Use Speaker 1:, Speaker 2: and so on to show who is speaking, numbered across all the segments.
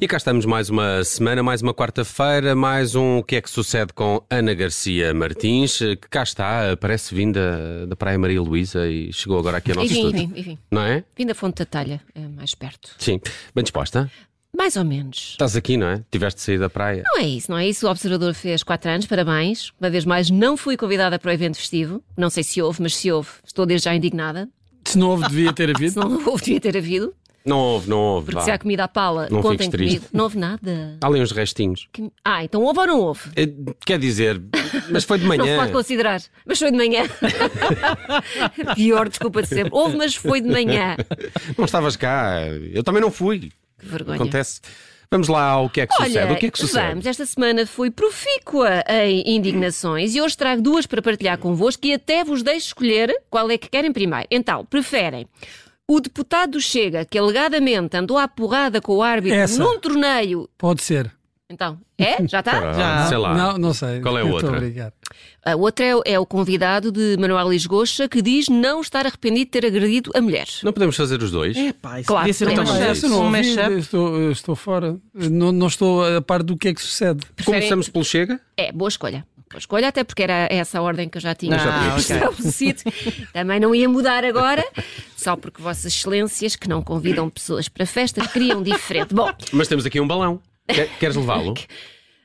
Speaker 1: E cá estamos mais uma semana, mais uma quarta-feira, mais um O que é que sucede com Ana Garcia Martins, que cá está, parece vinda da Praia Maria Luísa e chegou agora aqui a nosso
Speaker 2: Enfim,
Speaker 1: estúdio.
Speaker 2: enfim, enfim.
Speaker 1: Não é?
Speaker 2: Vim da Fonte da Talha, é mais perto.
Speaker 1: Sim. Bem disposta?
Speaker 2: Mais ou menos.
Speaker 1: Estás aqui, não é? Tiveste de sair da praia.
Speaker 2: Não é isso, não é isso. O Observador fez 4 anos, parabéns. Uma vez mais, não fui convidada para o evento festivo. Não sei se houve, mas se houve, estou desde já indignada.
Speaker 3: Se não houve, devia ter havido.
Speaker 2: Não houve, devia ter havido.
Speaker 1: Não houve, não houve.
Speaker 2: Porque
Speaker 1: vá.
Speaker 2: se há comida à pala,
Speaker 1: Não
Speaker 2: contem
Speaker 1: fiques triste.
Speaker 2: comigo. Não houve nada.
Speaker 1: Há ali uns restinhos.
Speaker 2: Que- Ah, então houve ou não houve?
Speaker 1: Eh, Quer dizer, mas foi de
Speaker 2: Não se
Speaker 1: manhã.
Speaker 2: pode considerar, mas foi de manhã. Pior desculpa de sempre. Houve, mas foi de manhã.
Speaker 1: Não estavas cá. Eu também não fui.
Speaker 2: Que vergonha.
Speaker 1: Acontece. Vamos lá ao que é que sucede. O que é que sucede?
Speaker 2: Vamos, esta semana foi profícua em indignações e hoje trago duas para partilhar convosco e até vos deixo escolher qual é que querem primeiro. Então, preferem o deputado do Chega, que alegadamente andou à porrada com o árbitro
Speaker 3: Essa.
Speaker 2: num torneio.
Speaker 3: Pode ser.
Speaker 2: Então, é? Já está?
Speaker 1: Espera, Sei lá.
Speaker 3: Não, não sei.
Speaker 1: Qual é a
Speaker 3: Eu
Speaker 1: outra?
Speaker 3: Estou a brincar.
Speaker 2: A outra é, o- é o convidado de Manuel Lisgocha, que diz não estar arrependido de ter agredido a mulher.
Speaker 1: Não podemos fazer os dois?
Speaker 4: É pá, isso
Speaker 2: Claro,
Speaker 4: podia ser um
Speaker 2: podemos.
Speaker 3: Mas
Speaker 4: mashup.
Speaker 3: essa não
Speaker 4: Um
Speaker 3: ouvi, eu
Speaker 4: mashup.
Speaker 3: estou, eu estou fora. Não, não estou a par do que é que sucede.
Speaker 2: Preferem-
Speaker 1: Começamos pelo Chega?
Speaker 2: É, boa escolha. Boa escolha, até porque era essa a ordem que eu já tinha
Speaker 4: Ah, ok.
Speaker 2: estabelecido. Também não ia mudar agora, só porque Vossas Excelências, que não convidam pessoas para festas, queriam diferente. Bom,
Speaker 1: Mas temos aqui um balão. Que- Queres levá-lo?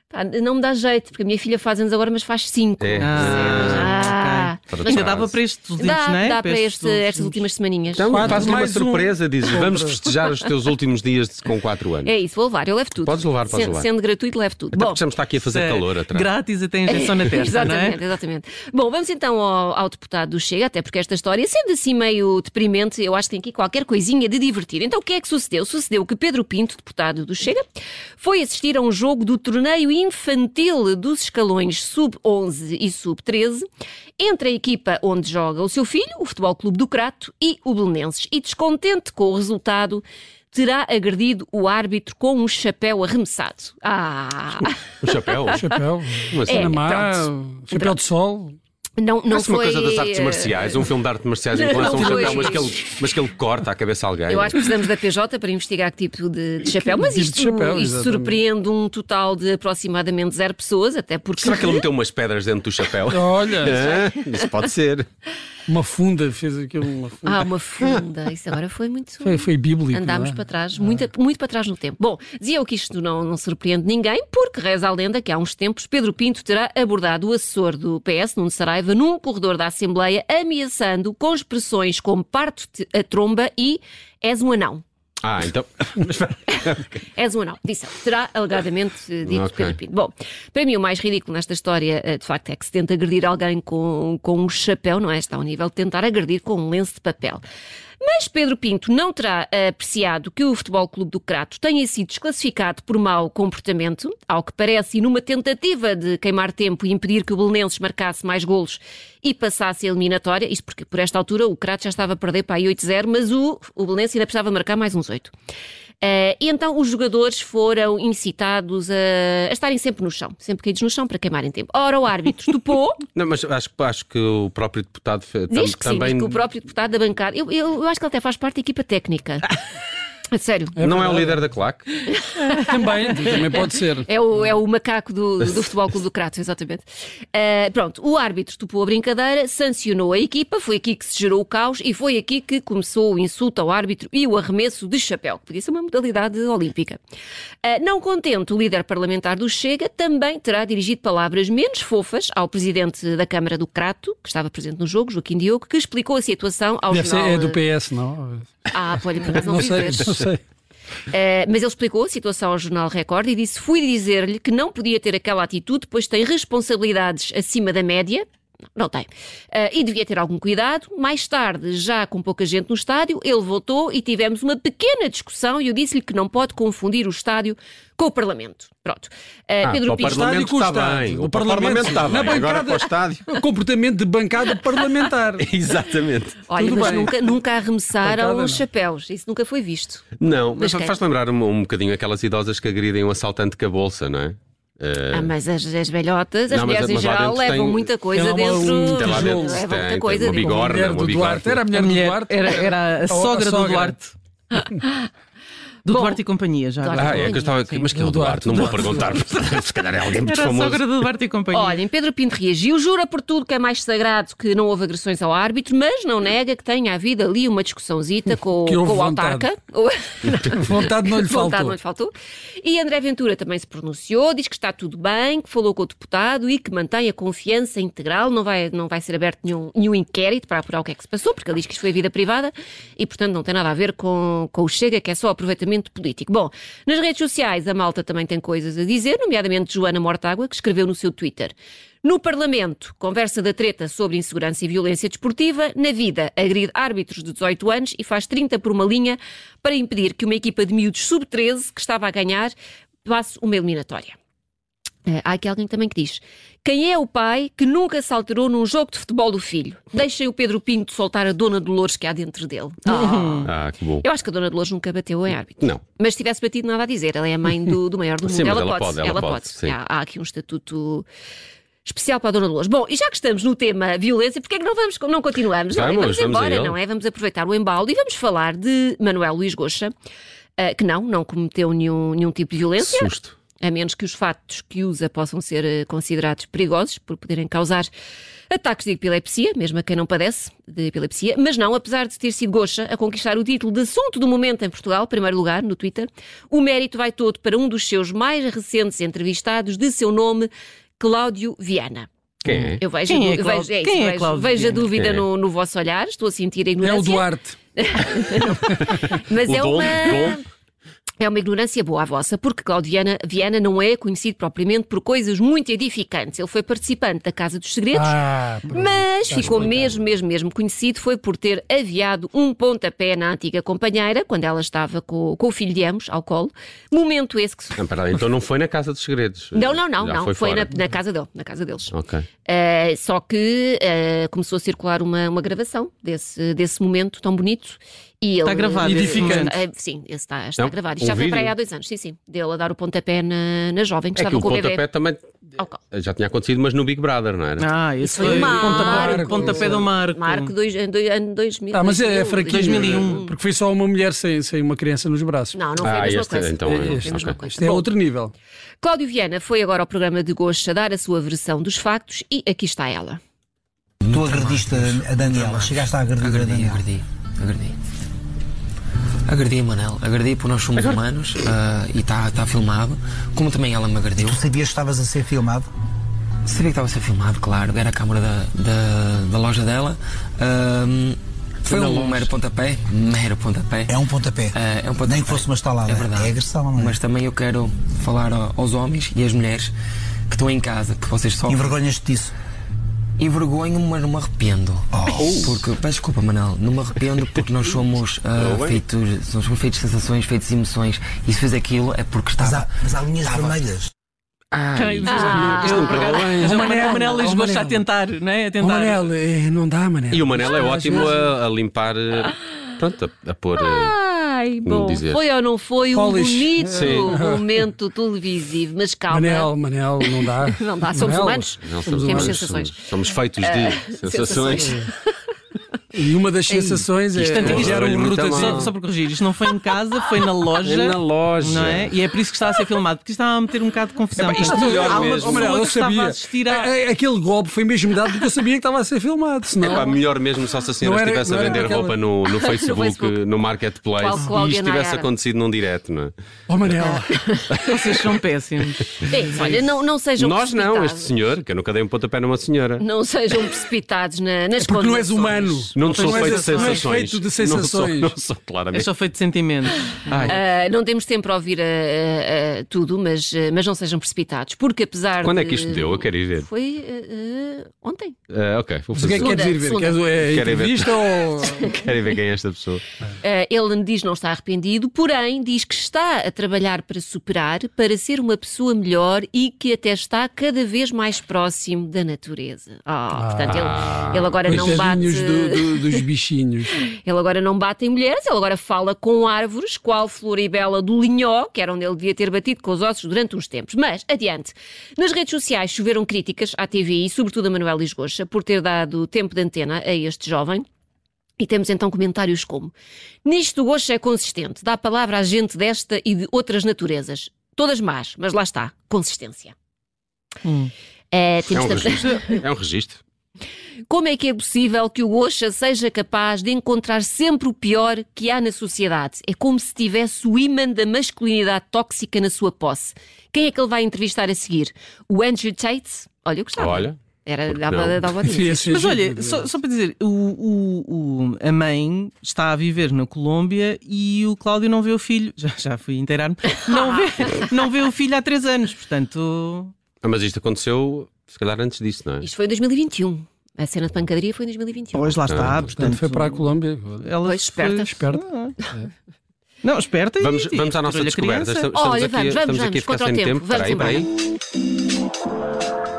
Speaker 2: pá, não me dá jeito, porque a minha filha faz anos agora, mas faz cinco.
Speaker 1: É.
Speaker 2: Ah,
Speaker 4: ok.
Speaker 1: Para
Speaker 4: Ainda
Speaker 1: trás.
Speaker 4: dava para estes últimos,
Speaker 2: Dá,
Speaker 4: não é?
Speaker 2: dá para
Speaker 4: estes
Speaker 2: este-
Speaker 4: últimos.
Speaker 2: estas últimas semaninhas.
Speaker 1: Então
Speaker 3: Quatro
Speaker 1: fazes-lhe uma
Speaker 3: mais um.
Speaker 1: surpresa, dizes: vamos festejar os teus últimos dias de- com 4 anos.
Speaker 2: É isso, vou levar, eu levo tudo.
Speaker 1: Podes levar, podes
Speaker 2: sendo,
Speaker 1: levar.
Speaker 2: Sendo gratuito, levo tudo.
Speaker 1: Até
Speaker 2: Bom,
Speaker 1: porque estamos está aqui a fazer
Speaker 4: É,
Speaker 1: calor atrás.
Speaker 4: Grátis até a injeção na testa, não
Speaker 2: exatamente,
Speaker 4: é?
Speaker 2: exatamente. Bom, vamos então ao, ao deputado do Chega, até porque esta história, sendo assim meio deprimente, eu acho que tem aqui qualquer coisinha de divertir. Então o que é que sucedeu? Sucedeu que Pedro Pinto, deputado do Chega, foi assistir a um jogo do torneio infantil dos escalões sub-11 e sub-13 entre a equipa onde joga o seu filho, o Futebol Clube do Crato, e o Belenenses. E descontente com o resultado, terá agredido o árbitro com um chapéu arremessado. Ah!
Speaker 1: O Um chapéu?
Speaker 3: Chapéu.
Speaker 1: Uma cena.
Speaker 2: É,
Speaker 3: Panamá.
Speaker 2: pronto.
Speaker 3: Chapéu de sol.
Speaker 2: Não, não
Speaker 1: Parece uma
Speaker 2: foi
Speaker 1: coisa das artes
Speaker 2: eh,
Speaker 1: marciais, um filme de artes marciais em
Speaker 2: Não
Speaker 1: que lança um
Speaker 2: foi.
Speaker 1: chapéu, mas que, ele, mas que ele corta a cabeça a alguém.
Speaker 2: Eu acho que precisamos da PJ para investigar que tipo de, de chapéu, mas
Speaker 3: tipo
Speaker 2: isto,
Speaker 3: de chapéu,
Speaker 2: isto
Speaker 3: exatamente.
Speaker 2: surpreende um total de aproximadamente zero pessoas, até porque.
Speaker 1: Será que ele meteu umas pedras dentro do chapéu?
Speaker 3: Olha,
Speaker 1: Hã? Isso pode ser.
Speaker 3: uma funda fez aquilo. Uma funda.
Speaker 2: Ah, uma funda, isso agora foi muito.
Speaker 3: Foi, foi bíblico.
Speaker 2: Ah. Andámos
Speaker 3: não é?
Speaker 2: para trás, muito, muito para trás no tempo. Bom, dizia eu que isto não, não surpreende ninguém, porque reza a lenda que há uns tempos Pedro Pinto terá abordado o assessor do PS, Nuno Saraiva, num corredor da Assembleia, ameaçando com expressões como parto-te a tromba e és um anão.
Speaker 1: Ah, então. Mas espera.
Speaker 2: És um anão, disse ele. Terá alegadamente eh, dito
Speaker 1: Ok.
Speaker 2: Pedro Pinto. Bom, para mim o mais ridículo nesta história, eh, de facto, é que se tenta agredir alguém com, com um chapéu, não é? Está ao nível de tentar agredir com um lenço de papel. Mas Pedro Pinto não terá eh, apreciado que o Futebol Clube do Crato tenha sido desclassificado por mau comportamento, ao que parece, e numa tentativa de queimar tempo e impedir que o Belenenses marcasse mais golos e passasse a eliminatória, isto porque por esta altura o Crato já estava a perder para aí 8-0, mas o, o Belenenses ainda precisava marcar mais uns 8. Eh, e então os jogadores foram incitados a, a estarem sempre no chão, sempre caídos no chão para queimarem tempo. Ora, o árbitro estupou,
Speaker 1: Não, mas acho, acho que o próprio deputado fe- tam-
Speaker 2: diz que sim,
Speaker 1: também.
Speaker 2: diz que o próprio deputado da bancada. Eu, eu- eu acho que ele até faz parte da equipa técnica. A sério.
Speaker 1: Não é o líder da claque?
Speaker 3: Também, também pode ser.
Speaker 2: É o, é o macaco do, do Futebol Clube do Crato, exatamente. Ah, pronto, o árbitro estupou a brincadeira, sancionou a equipa, foi aqui que se gerou o caos e foi aqui que começou o insulto ao árbitro e o arremesso de chapéu, que podia ser uma modalidade olímpica. Ah, não contente, o líder parlamentar do Chega também terá dirigido palavras menos fofas ao presidente da Câmara do Crato, que estava presente no jogo, Joaquim Diogo, que explicou a situação ao
Speaker 3: Deve ser,
Speaker 2: jornal...
Speaker 3: é do PS, não?
Speaker 2: Ah, olha, por acaso não,
Speaker 3: Não
Speaker 2: fui
Speaker 3: sei,
Speaker 2: ver.
Speaker 3: não sei.
Speaker 2: Uh, mas ele explicou a situação ao Jornal Record e disse: fui dizer-lhe que não podia ter aquela atitude, pois tem responsabilidades acima da média. Não, não tem. Uh, e devia ter algum cuidado. Mais tarde, já com pouca gente no estádio, ele voltou e tivemos uma pequena discussão e eu disse-lhe que não pode confundir o estádio com o Parlamento. Pronto. Uh,
Speaker 1: Ah, para o Parlamento
Speaker 3: Estádio com
Speaker 1: está
Speaker 3: estádio.
Speaker 1: bem.
Speaker 3: O
Speaker 1: O Parlamento
Speaker 3: Parlamento,
Speaker 1: está
Speaker 3: na
Speaker 1: bem. Agora
Speaker 3: bancada.
Speaker 1: para o estádio.
Speaker 3: Comportamento de bancada parlamentar.
Speaker 1: Exatamente.
Speaker 2: Olha,
Speaker 3: tudo
Speaker 2: mas
Speaker 3: bem.
Speaker 2: nunca, nunca arremessaram
Speaker 3: Pancada,
Speaker 2: os
Speaker 3: não.
Speaker 2: chapéus. Isso nunca foi visto.
Speaker 1: Não, mas,
Speaker 2: Mas quem?
Speaker 1: faz lembrar um, um bocadinho aquelas idosas que agridem um assaltante com a bolsa, não é? Eh,
Speaker 2: Ah, mas as, as velhotas, as
Speaker 1: Não, mas-
Speaker 2: mulheres em
Speaker 1: mas lá
Speaker 2: geral,
Speaker 1: dentro
Speaker 2: levam
Speaker 1: tem-
Speaker 2: muita coisa
Speaker 3: tem lá
Speaker 2: dentro.
Speaker 3: um-
Speaker 1: tem lá dentro,
Speaker 2: levam
Speaker 1: tem-
Speaker 2: muita
Speaker 1: tem
Speaker 2: coisa
Speaker 1: uma
Speaker 2: dentro.
Speaker 1: bigorna.
Speaker 3: mulher
Speaker 1: uma
Speaker 3: do
Speaker 1: bigorna.
Speaker 3: Duarte. Era a mulher,
Speaker 4: A mulher,
Speaker 3: do Duarte.
Speaker 4: era, era a
Speaker 3: Ou
Speaker 4: sogra do Duarte. Do
Speaker 2: Bom,
Speaker 4: Duarte e companhia, já.
Speaker 2: Duarte.
Speaker 4: agora.
Speaker 1: Ah, é que eu estava.
Speaker 4: Sim.
Speaker 1: Mas quem é o Duarte? Não vou perguntar. Se calhar é alguém muito
Speaker 4: Era a
Speaker 1: famoso.
Speaker 4: sogra do Duarte e companhia.
Speaker 2: Olhem, Pedro Pinto reagiu, jura por tudo que é mais sagrado que não houve agressões ao árbitro, mas não nega que tenha havido ali uma discussãozita com, o-
Speaker 3: Hum. Que houve
Speaker 2: com o
Speaker 3: vontade.
Speaker 2: autarca. Ou-
Speaker 3: Vontade não lhe
Speaker 2: Vontade
Speaker 3: faltou.
Speaker 2: não lhe faltou. E André Ventura também se pronunciou, diz que está tudo bem, que falou com o deputado e que mantém a confiança integral, não vai, não vai ser aberto nenhum, nenhum inquérito para apurar o que é que se passou, porque ele diz que isto foi vida privada e, portanto, não tem nada a ver com, com o Chega, que é só aproveitamento político. Bom, nas redes sociais a malta também tem coisas a dizer, nomeadamente Joana Mortágua, que escreveu no seu Twitter. No Parlamento, conversa da treta sobre insegurança e violência desportiva. Na vida, agride árbitros de 18 anos e faz 30 por uma linha para impedir que uma equipa de miúdos sub-13 que estava a ganhar passe uma eliminatória. Eh, Há aqui alguém também que diz: Quem é o pai que nunca se alterou num jogo de futebol do filho? Deixem o Pedro Pinto soltar a Dona Dolores que há dentro dele. Ah.
Speaker 1: Ah, que bom.
Speaker 2: Eu acho que a Dona Dolores nunca bateu em árbitro.
Speaker 1: Não.
Speaker 2: Mas se tivesse batido, nada a dizer. Ela é a mãe do, do maior do mundo.
Speaker 1: Sim, mas ela pode, ela pode, sim.
Speaker 2: Há, há aqui um estatuto especial para a Dona Dolores. Bom, e já que estamos no tema violência, porque é que não vamos não continuamos? Olha,
Speaker 1: Vamos, vamos a
Speaker 2: embora,
Speaker 1: ele.
Speaker 2: não é? Vamos aproveitar o embalo e vamos falar de Manuel Luís Goxa, eh, que não, não cometeu nenhum, nenhum tipo
Speaker 1: Que
Speaker 2: de violência.
Speaker 1: susto.
Speaker 2: A menos que os fatos que usa possam ser eh, considerados perigosos por poderem causar ataques de epilepsia, mesmo a quem não padece de epilepsia, mas não, apesar de ter sido Goxa a conquistar o título de assunto do momento em Portugal, primeiro lugar no Twitter, o mérito vai todo para um dos seus mais recentes entrevistados, de seu nome, Cláudio Viana.
Speaker 1: Quem é?
Speaker 2: Eu vejo,
Speaker 4: Quem é
Speaker 2: eu
Speaker 4: Cláudio-
Speaker 2: vejo, é isso,
Speaker 4: quem é
Speaker 2: vejo,
Speaker 4: Cláudio
Speaker 2: vejo a
Speaker 4: Viana?
Speaker 2: dúvida
Speaker 1: Quem é?
Speaker 2: no, no vosso olhar, estou a sentir a
Speaker 3: É
Speaker 2: ignorância.
Speaker 3: o Duarte.
Speaker 2: Mas
Speaker 1: o
Speaker 2: é
Speaker 1: dom,
Speaker 2: uma...
Speaker 1: dom.
Speaker 2: É uma ignorância boa a vossa, porque Cláudio Viana, Viana não é conhecido propriamente por coisas muito edificantes. Ele foi participante da Casa dos Segredos,
Speaker 3: Ah, pronto.
Speaker 2: mas
Speaker 3: Está
Speaker 2: ficou
Speaker 3: explicado.
Speaker 2: mesmo, mesmo, mesmo conhecido foi por ter aviado um pontapé na antiga companheira, quando ela estava co- com, o filho de ambos, ao colo. Momento esse que... se-
Speaker 1: Ah, pera lá, então não foi na Casa dos Segredos.
Speaker 2: Não, não, não,
Speaker 1: Já
Speaker 2: não. Foi, na,
Speaker 1: fora.
Speaker 2: na casa dele, na casa deles.
Speaker 1: Ok. É
Speaker 2: Uh, só que uh, começou a circular uma, uma gravação desse, desse momento tão bonito. E ele,
Speaker 4: Está gravado,
Speaker 3: Edificante.
Speaker 2: Uh, sim, esse está, está
Speaker 1: Não,
Speaker 2: gravado.
Speaker 1: um
Speaker 2: Isto já foi
Speaker 1: vídeo.
Speaker 2: para aí há dois anos, sim, sim. Dele a dar o pontapé na, na jovem que
Speaker 1: É que
Speaker 2: estava
Speaker 1: o
Speaker 2: com o bebê.
Speaker 1: pontapé também
Speaker 2: ao colo.
Speaker 1: já tinha acontecido, mas no Big Brother, não era?
Speaker 4: Ah, esse
Speaker 2: foi
Speaker 4: foi o
Speaker 2: o Marco.
Speaker 4: pontapé, pontapé do Marco.
Speaker 2: Marco, dois, eh, dois, um. ano 2000.
Speaker 3: Ah, mas é, é
Speaker 2: 2000,
Speaker 3: fraquinho.
Speaker 4: 2001.
Speaker 3: Porque foi só uma mulher sem, sem uma criança nos braços.
Speaker 2: Não, não foi a
Speaker 1: um. Ah,
Speaker 2: mesma
Speaker 1: este-
Speaker 2: coisa.
Speaker 1: então
Speaker 2: Não
Speaker 1: é
Speaker 2: foi a
Speaker 1: este,
Speaker 2: mesma
Speaker 1: ok.
Speaker 2: coisa.
Speaker 3: Isto é
Speaker 2: Bom,
Speaker 3: outro nível.
Speaker 2: Cláudio Viana foi agora ao programa de Gosto a dar a sua versão dos factos e aqui está ela.
Speaker 5: Tu agrediste a, a Daniela, chegaste a agredir a
Speaker 6: Agredi,
Speaker 5: Daniela.
Speaker 6: agredi, agredi. Agredi a Manel, agredi porque nós somos humanos ah, e está tá filmado, como também ela me agrediu.
Speaker 5: Tu sabias que estavas a ser filmado?
Speaker 6: Sabia que estava a ser filmado, claro, era a câmara da, da, da loja dela. Ahm, foi um mero pontapé, mero pontapé.
Speaker 5: É um pontapé.
Speaker 6: Ah, é um pontapé.
Speaker 5: Nem que fosse uma estalada.
Speaker 6: É verdade.
Speaker 5: É agressão, não é?
Speaker 6: Mas também eu quero falar a- aos homens e às mulheres que estão em casa, que vocês só
Speaker 5: Envergonhas-te disso.
Speaker 6: Envergonho-me, mas não me arrependo. Porque, peço desculpa, Manel, não me arrependo porque nós somos ah, feitos, nós somos feitos de sensações, feitos de emoções. E se fez aquilo é porque
Speaker 5: Mas
Speaker 6: estava.
Speaker 5: há, Ah, mas há linhas vermelhas.
Speaker 4: Ai,
Speaker 2: Ah.
Speaker 3: é
Speaker 4: eu- Mas é
Speaker 3: Ó,
Speaker 4: o
Speaker 3: Manel,
Speaker 4: Manel, Manel Luís
Speaker 3: ó,
Speaker 4: Gosta
Speaker 3: Manel.
Speaker 4: a tentar, não é? A
Speaker 3: Ó,
Speaker 4: tentar.
Speaker 3: Manel, eh, não dá, Manel.
Speaker 1: E o Manel é
Speaker 3: Ah, às
Speaker 1: ótimo
Speaker 3: vezes-
Speaker 1: a, a limpar, eh, pronto, a, a pôr. eh,
Speaker 2: Ah, Ai, bom,
Speaker 1: dizer.
Speaker 2: foi ou não foi um
Speaker 3: Polish.
Speaker 2: bonito
Speaker 1: Sim.
Speaker 2: momento televisivo, mas calma.
Speaker 3: Manel, Manel, não dá.
Speaker 2: Não dá, somos
Speaker 3: Manel.
Speaker 2: humanos.
Speaker 1: não
Speaker 2: Temos
Speaker 1: somos humanos,
Speaker 2: sensações. Ah,
Speaker 1: Somos, somos feitos de sensações.
Speaker 3: E uma das sensações é.
Speaker 4: Portanto, isto-
Speaker 3: é
Speaker 1: Olha, muito
Speaker 3: rotativo.
Speaker 1: mal.
Speaker 4: um Só, só para corrigir, isto não foi em casa, foi na loja.
Speaker 1: É na loja.
Speaker 4: Não é? E é por isso que está a ser filmado, porque isto estava a meter um bocado de confusão.
Speaker 3: é
Speaker 1: Epá, isto
Speaker 4: Portanto,
Speaker 1: melhor
Speaker 4: há uma
Speaker 1: mesmo.
Speaker 3: Ó, Manel, eu
Speaker 4: pessoa que estava a
Speaker 3: sabia.
Speaker 4: assistir a,
Speaker 3: A- a- Aquele golpe foi mesmo dado porque eu sabia que estava a ser filmado. Senão...
Speaker 1: É Pá, melhor mesmo só se a senhora
Speaker 3: Não era-
Speaker 1: estivesse a
Speaker 3: não era
Speaker 1: vender
Speaker 3: aquela-
Speaker 1: roupa no, no Facebook, eh,
Speaker 2: Facebook.
Speaker 1: no
Speaker 2: Qual-
Speaker 1: Marketplace,
Speaker 2: qual
Speaker 1: e
Speaker 2: alguém
Speaker 1: isto
Speaker 2: na
Speaker 1: tivesse
Speaker 2: área.
Speaker 1: acontecido num direto, não é?
Speaker 3: Ó, Oh, Manel.
Speaker 4: Vocês são péssimos.
Speaker 2: Bem, olha, não, não sejam
Speaker 1: Nós não,
Speaker 2: precipitados.
Speaker 1: este senhor, que eu nunca dei um pontapé numa senhora.
Speaker 2: Não sejam precipitados na, nas
Speaker 3: É Porque não és
Speaker 2: condenações.
Speaker 3: humano.
Speaker 1: Não, sou
Speaker 3: Não és-
Speaker 1: feito de
Speaker 3: não és
Speaker 1: sensações.
Speaker 3: feito de
Speaker 1: Não sou,
Speaker 3: sensações.
Speaker 1: não sou
Speaker 4: É
Speaker 1: claramente.
Speaker 4: só feito de sentimentos. Ai.
Speaker 2: Ah, não temos tempo para ouvir ah, ah, ah, tudo, mas, ah, mas não sejam precipitados, porque apesar
Speaker 1: Quando
Speaker 2: de...
Speaker 1: é que isto deu? Eu quero ir ver.
Speaker 2: Foi ah, ah, ontem.
Speaker 1: Ah, ok, vou
Speaker 3: Mas o que é
Speaker 1: fazer.
Speaker 3: que queres ir ver?
Speaker 2: Segunda.
Speaker 3: Queres é,
Speaker 1: Querem ver.
Speaker 3: entrevista ou.
Speaker 1: Querem ver quem é esta pessoa?
Speaker 2: Ah, ele diz não está arrependido, porém diz que está a trabalhar para superar, para ser uma pessoa melhor e que até está cada vez mais próximo da natureza. Ah, portanto, ele, ele agora não bate.
Speaker 3: Coitadinhos do- do- dos bichinhos.
Speaker 2: Ele agora não bate em mulheres, ele agora fala com árvores, qual Floribela do Linhó, que era onde ele devia ter batido com os ossos durante uns tempos. Mas, adiante. Nas redes sociais choveram críticas à TVI, sobretudo a Manuel Lisgocha, por ter dado tempo de antena a este jovem. E temos então comentários como: Nisto gosto é consistente, dá palavra à gente desta e de outras naturezas. Todas más, mas lá está, consistência.
Speaker 4: Hum.
Speaker 2: Eh,
Speaker 1: É
Speaker 2: temos
Speaker 1: um
Speaker 2: também-
Speaker 1: registro. É um registro.
Speaker 2: Como é que é possível que o Gosha seja capaz de encontrar sempre o pior que há na sociedade? É como se tivesse o imã da masculinidade tóxica na sua posse. Quem é que ele vai entrevistar a seguir? O Andrew Tate? Olha, eu gostava.
Speaker 1: Olha.
Speaker 2: Era,
Speaker 1: porque
Speaker 2: dava,
Speaker 1: não?
Speaker 2: dava audiência.
Speaker 3: Sim, sim,
Speaker 4: Mas
Speaker 3: sim.
Speaker 4: olha, só, só para dizer, o, o- o- a mãe está a viver na Colômbia e o Cláudio não vê o filho, já, já fui inteirar-me, não vê, não vê o filho há três anos, portanto.
Speaker 1: Ah, Mas isto aconteceu, se calhar, antes disso, não é?
Speaker 2: Isto foi em 2021. A cena de pancadaria foi em 2021.
Speaker 4: Pois lá está,
Speaker 1: Ah,
Speaker 3: Portanto,
Speaker 4: portanto.
Speaker 3: foi para a Colômbia.
Speaker 4: Ela
Speaker 2: Pois, esperta.
Speaker 4: foi-
Speaker 3: Esperto.
Speaker 4: Não, esperta e-
Speaker 1: Vamos,
Speaker 4: e
Speaker 1: vamos à nossa
Speaker 4: tirou-lhe a
Speaker 1: descoberta.
Speaker 4: criança.
Speaker 1: Estamos, estamos
Speaker 2: Olha,
Speaker 1: aqui,
Speaker 2: vamos,
Speaker 1: estamos
Speaker 2: vamos,
Speaker 1: aqui a ficar
Speaker 2: contra o
Speaker 1: sem
Speaker 2: tempo.
Speaker 1: tempo. Espera aí,
Speaker 2: Vamos
Speaker 1: espera aí.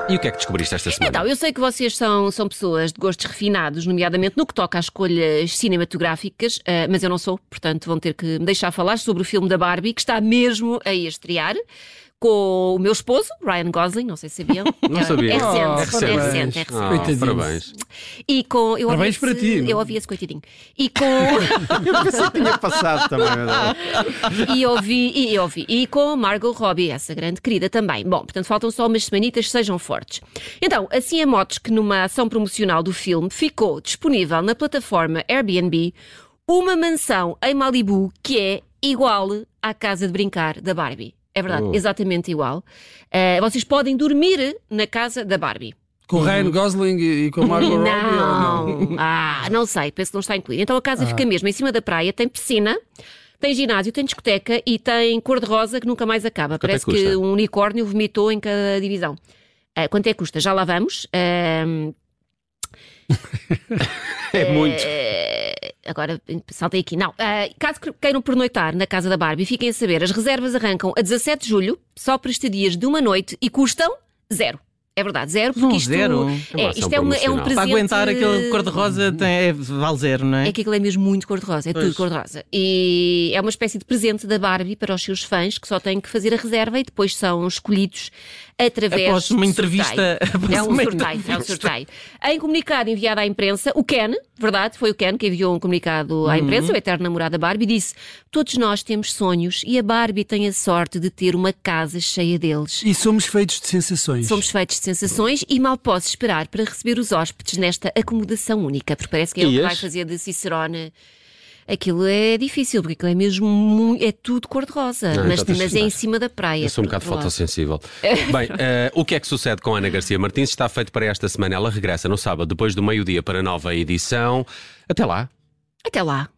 Speaker 1: E o que é que descobriste esta semana?
Speaker 2: Então, eu sei que vocês são, são pessoas de gostos refinados, nomeadamente no que toca às escolhas cinematográficas, eh, mas eu não sou, portanto vão ter que me deixar falar sobre o filme da Barbie, que está mesmo a estrear, com o meu esposo, Ryan Gosling, não sei se sabiam.
Speaker 1: Não sabia.
Speaker 2: É recente, é
Speaker 3: Oh,
Speaker 2: recente,
Speaker 3: parabéns.
Speaker 2: é recente.
Speaker 1: Ah,
Speaker 3: Coitadinho.
Speaker 1: parabéns.
Speaker 2: E com. Eu
Speaker 3: Parabéns
Speaker 2: ouvi
Speaker 3: para
Speaker 2: esse-
Speaker 3: ti.
Speaker 2: Eu ouvi esse coitadinho. E com.
Speaker 7: tinha passado também, meu Deus.
Speaker 2: e ouvi. E ouvi. E com Margot Robbie, essa grande querida também. Bom, portanto, faltam só umas semanitas, sejam fortes. Então, assim a motos que numa ação promocional do filme ficou disponível na plataforma Airbnb uma mansão em Malibu que é igual à casa de brincar da Barbie. É verdade,
Speaker 1: Oh.
Speaker 2: exatamente igual. Eh, vocês podem dormir na casa da Barbie.
Speaker 3: Com o Ryan Gosling e e com a Margot Robbie? ou não?
Speaker 2: Não. Ah, não sei, penso que não está incluído. Então a casa fica mesmo em cima da praia, tem piscina, tem ginásio, tem discoteca e tem cor-de-rosa que nunca mais acaba.
Speaker 1: Quanto é que
Speaker 2: Parece que
Speaker 1: custa?
Speaker 2: um unicórnio vomitou em cada divisão. Ah, quanto é que custa? Já lá vamos. Ahm,
Speaker 1: É muito.
Speaker 2: eh, agora saltei aqui. Não. Ah, caso que- queiram pernoitar na casa da Barbie, fiquem a saber, as reservas arrancam a 17 de julho, só para estadias de uma noite e custam zero. É verdade, zero, porque
Speaker 4: Não,
Speaker 2: isto
Speaker 4: zero.
Speaker 1: É
Speaker 2: é,
Speaker 1: uma
Speaker 2: isto
Speaker 1: ação
Speaker 2: é, uma- é um
Speaker 1: promocional.
Speaker 2: presente.
Speaker 4: Para aguentar aquele cor-de-rosa tem, é, vale zero, não é?
Speaker 2: É que aquilo é mesmo muito cor-de-rosa, é tudo
Speaker 4: Pois.
Speaker 2: cor-de-rosa. E é uma espécie de presente da Barbie para os seus fãs que só têm que fazer a reserva e depois são escolhidos através
Speaker 4: Após
Speaker 2: de
Speaker 4: uma
Speaker 2: sorteio.
Speaker 4: entrevista- após
Speaker 2: É um
Speaker 4: uma
Speaker 2: sorteio, é um sorteio. Em comunicado enviado à imprensa, o Ken, verdade, foi o Ken que enviou um comunicado
Speaker 4: Uhum.
Speaker 2: à imprensa, o eterno namorado da Barbie, disse: Todos nós temos sonhos e a Barbie tem a sorte de ter uma casa cheia deles.
Speaker 3: E somos feitos de sensações.
Speaker 2: Somos feitos de sensações e mal posso esperar para receber os hóspedes nesta acomodação única, porque parece que é
Speaker 1: E
Speaker 2: o que vai
Speaker 1: este?
Speaker 2: fazer de Cicerone. Aquilo é difícil, porque aquilo é mesmo. mu- É tudo cor-de-rosa,
Speaker 1: Não,
Speaker 2: mas,
Speaker 1: já tens
Speaker 2: mas
Speaker 1: de
Speaker 2: é em
Speaker 1: estar.
Speaker 2: cima da praia.
Speaker 1: Eu sou um
Speaker 2: por
Speaker 1: bocado
Speaker 2: outro lado.
Speaker 1: fotossensível. Bem, eh, o que é que sucede com a Ana Garcia Martins? Está feito para esta semana. Ela regressa no sábado, depois do meio-dia, para a nova edição. Até lá.
Speaker 2: Até lá.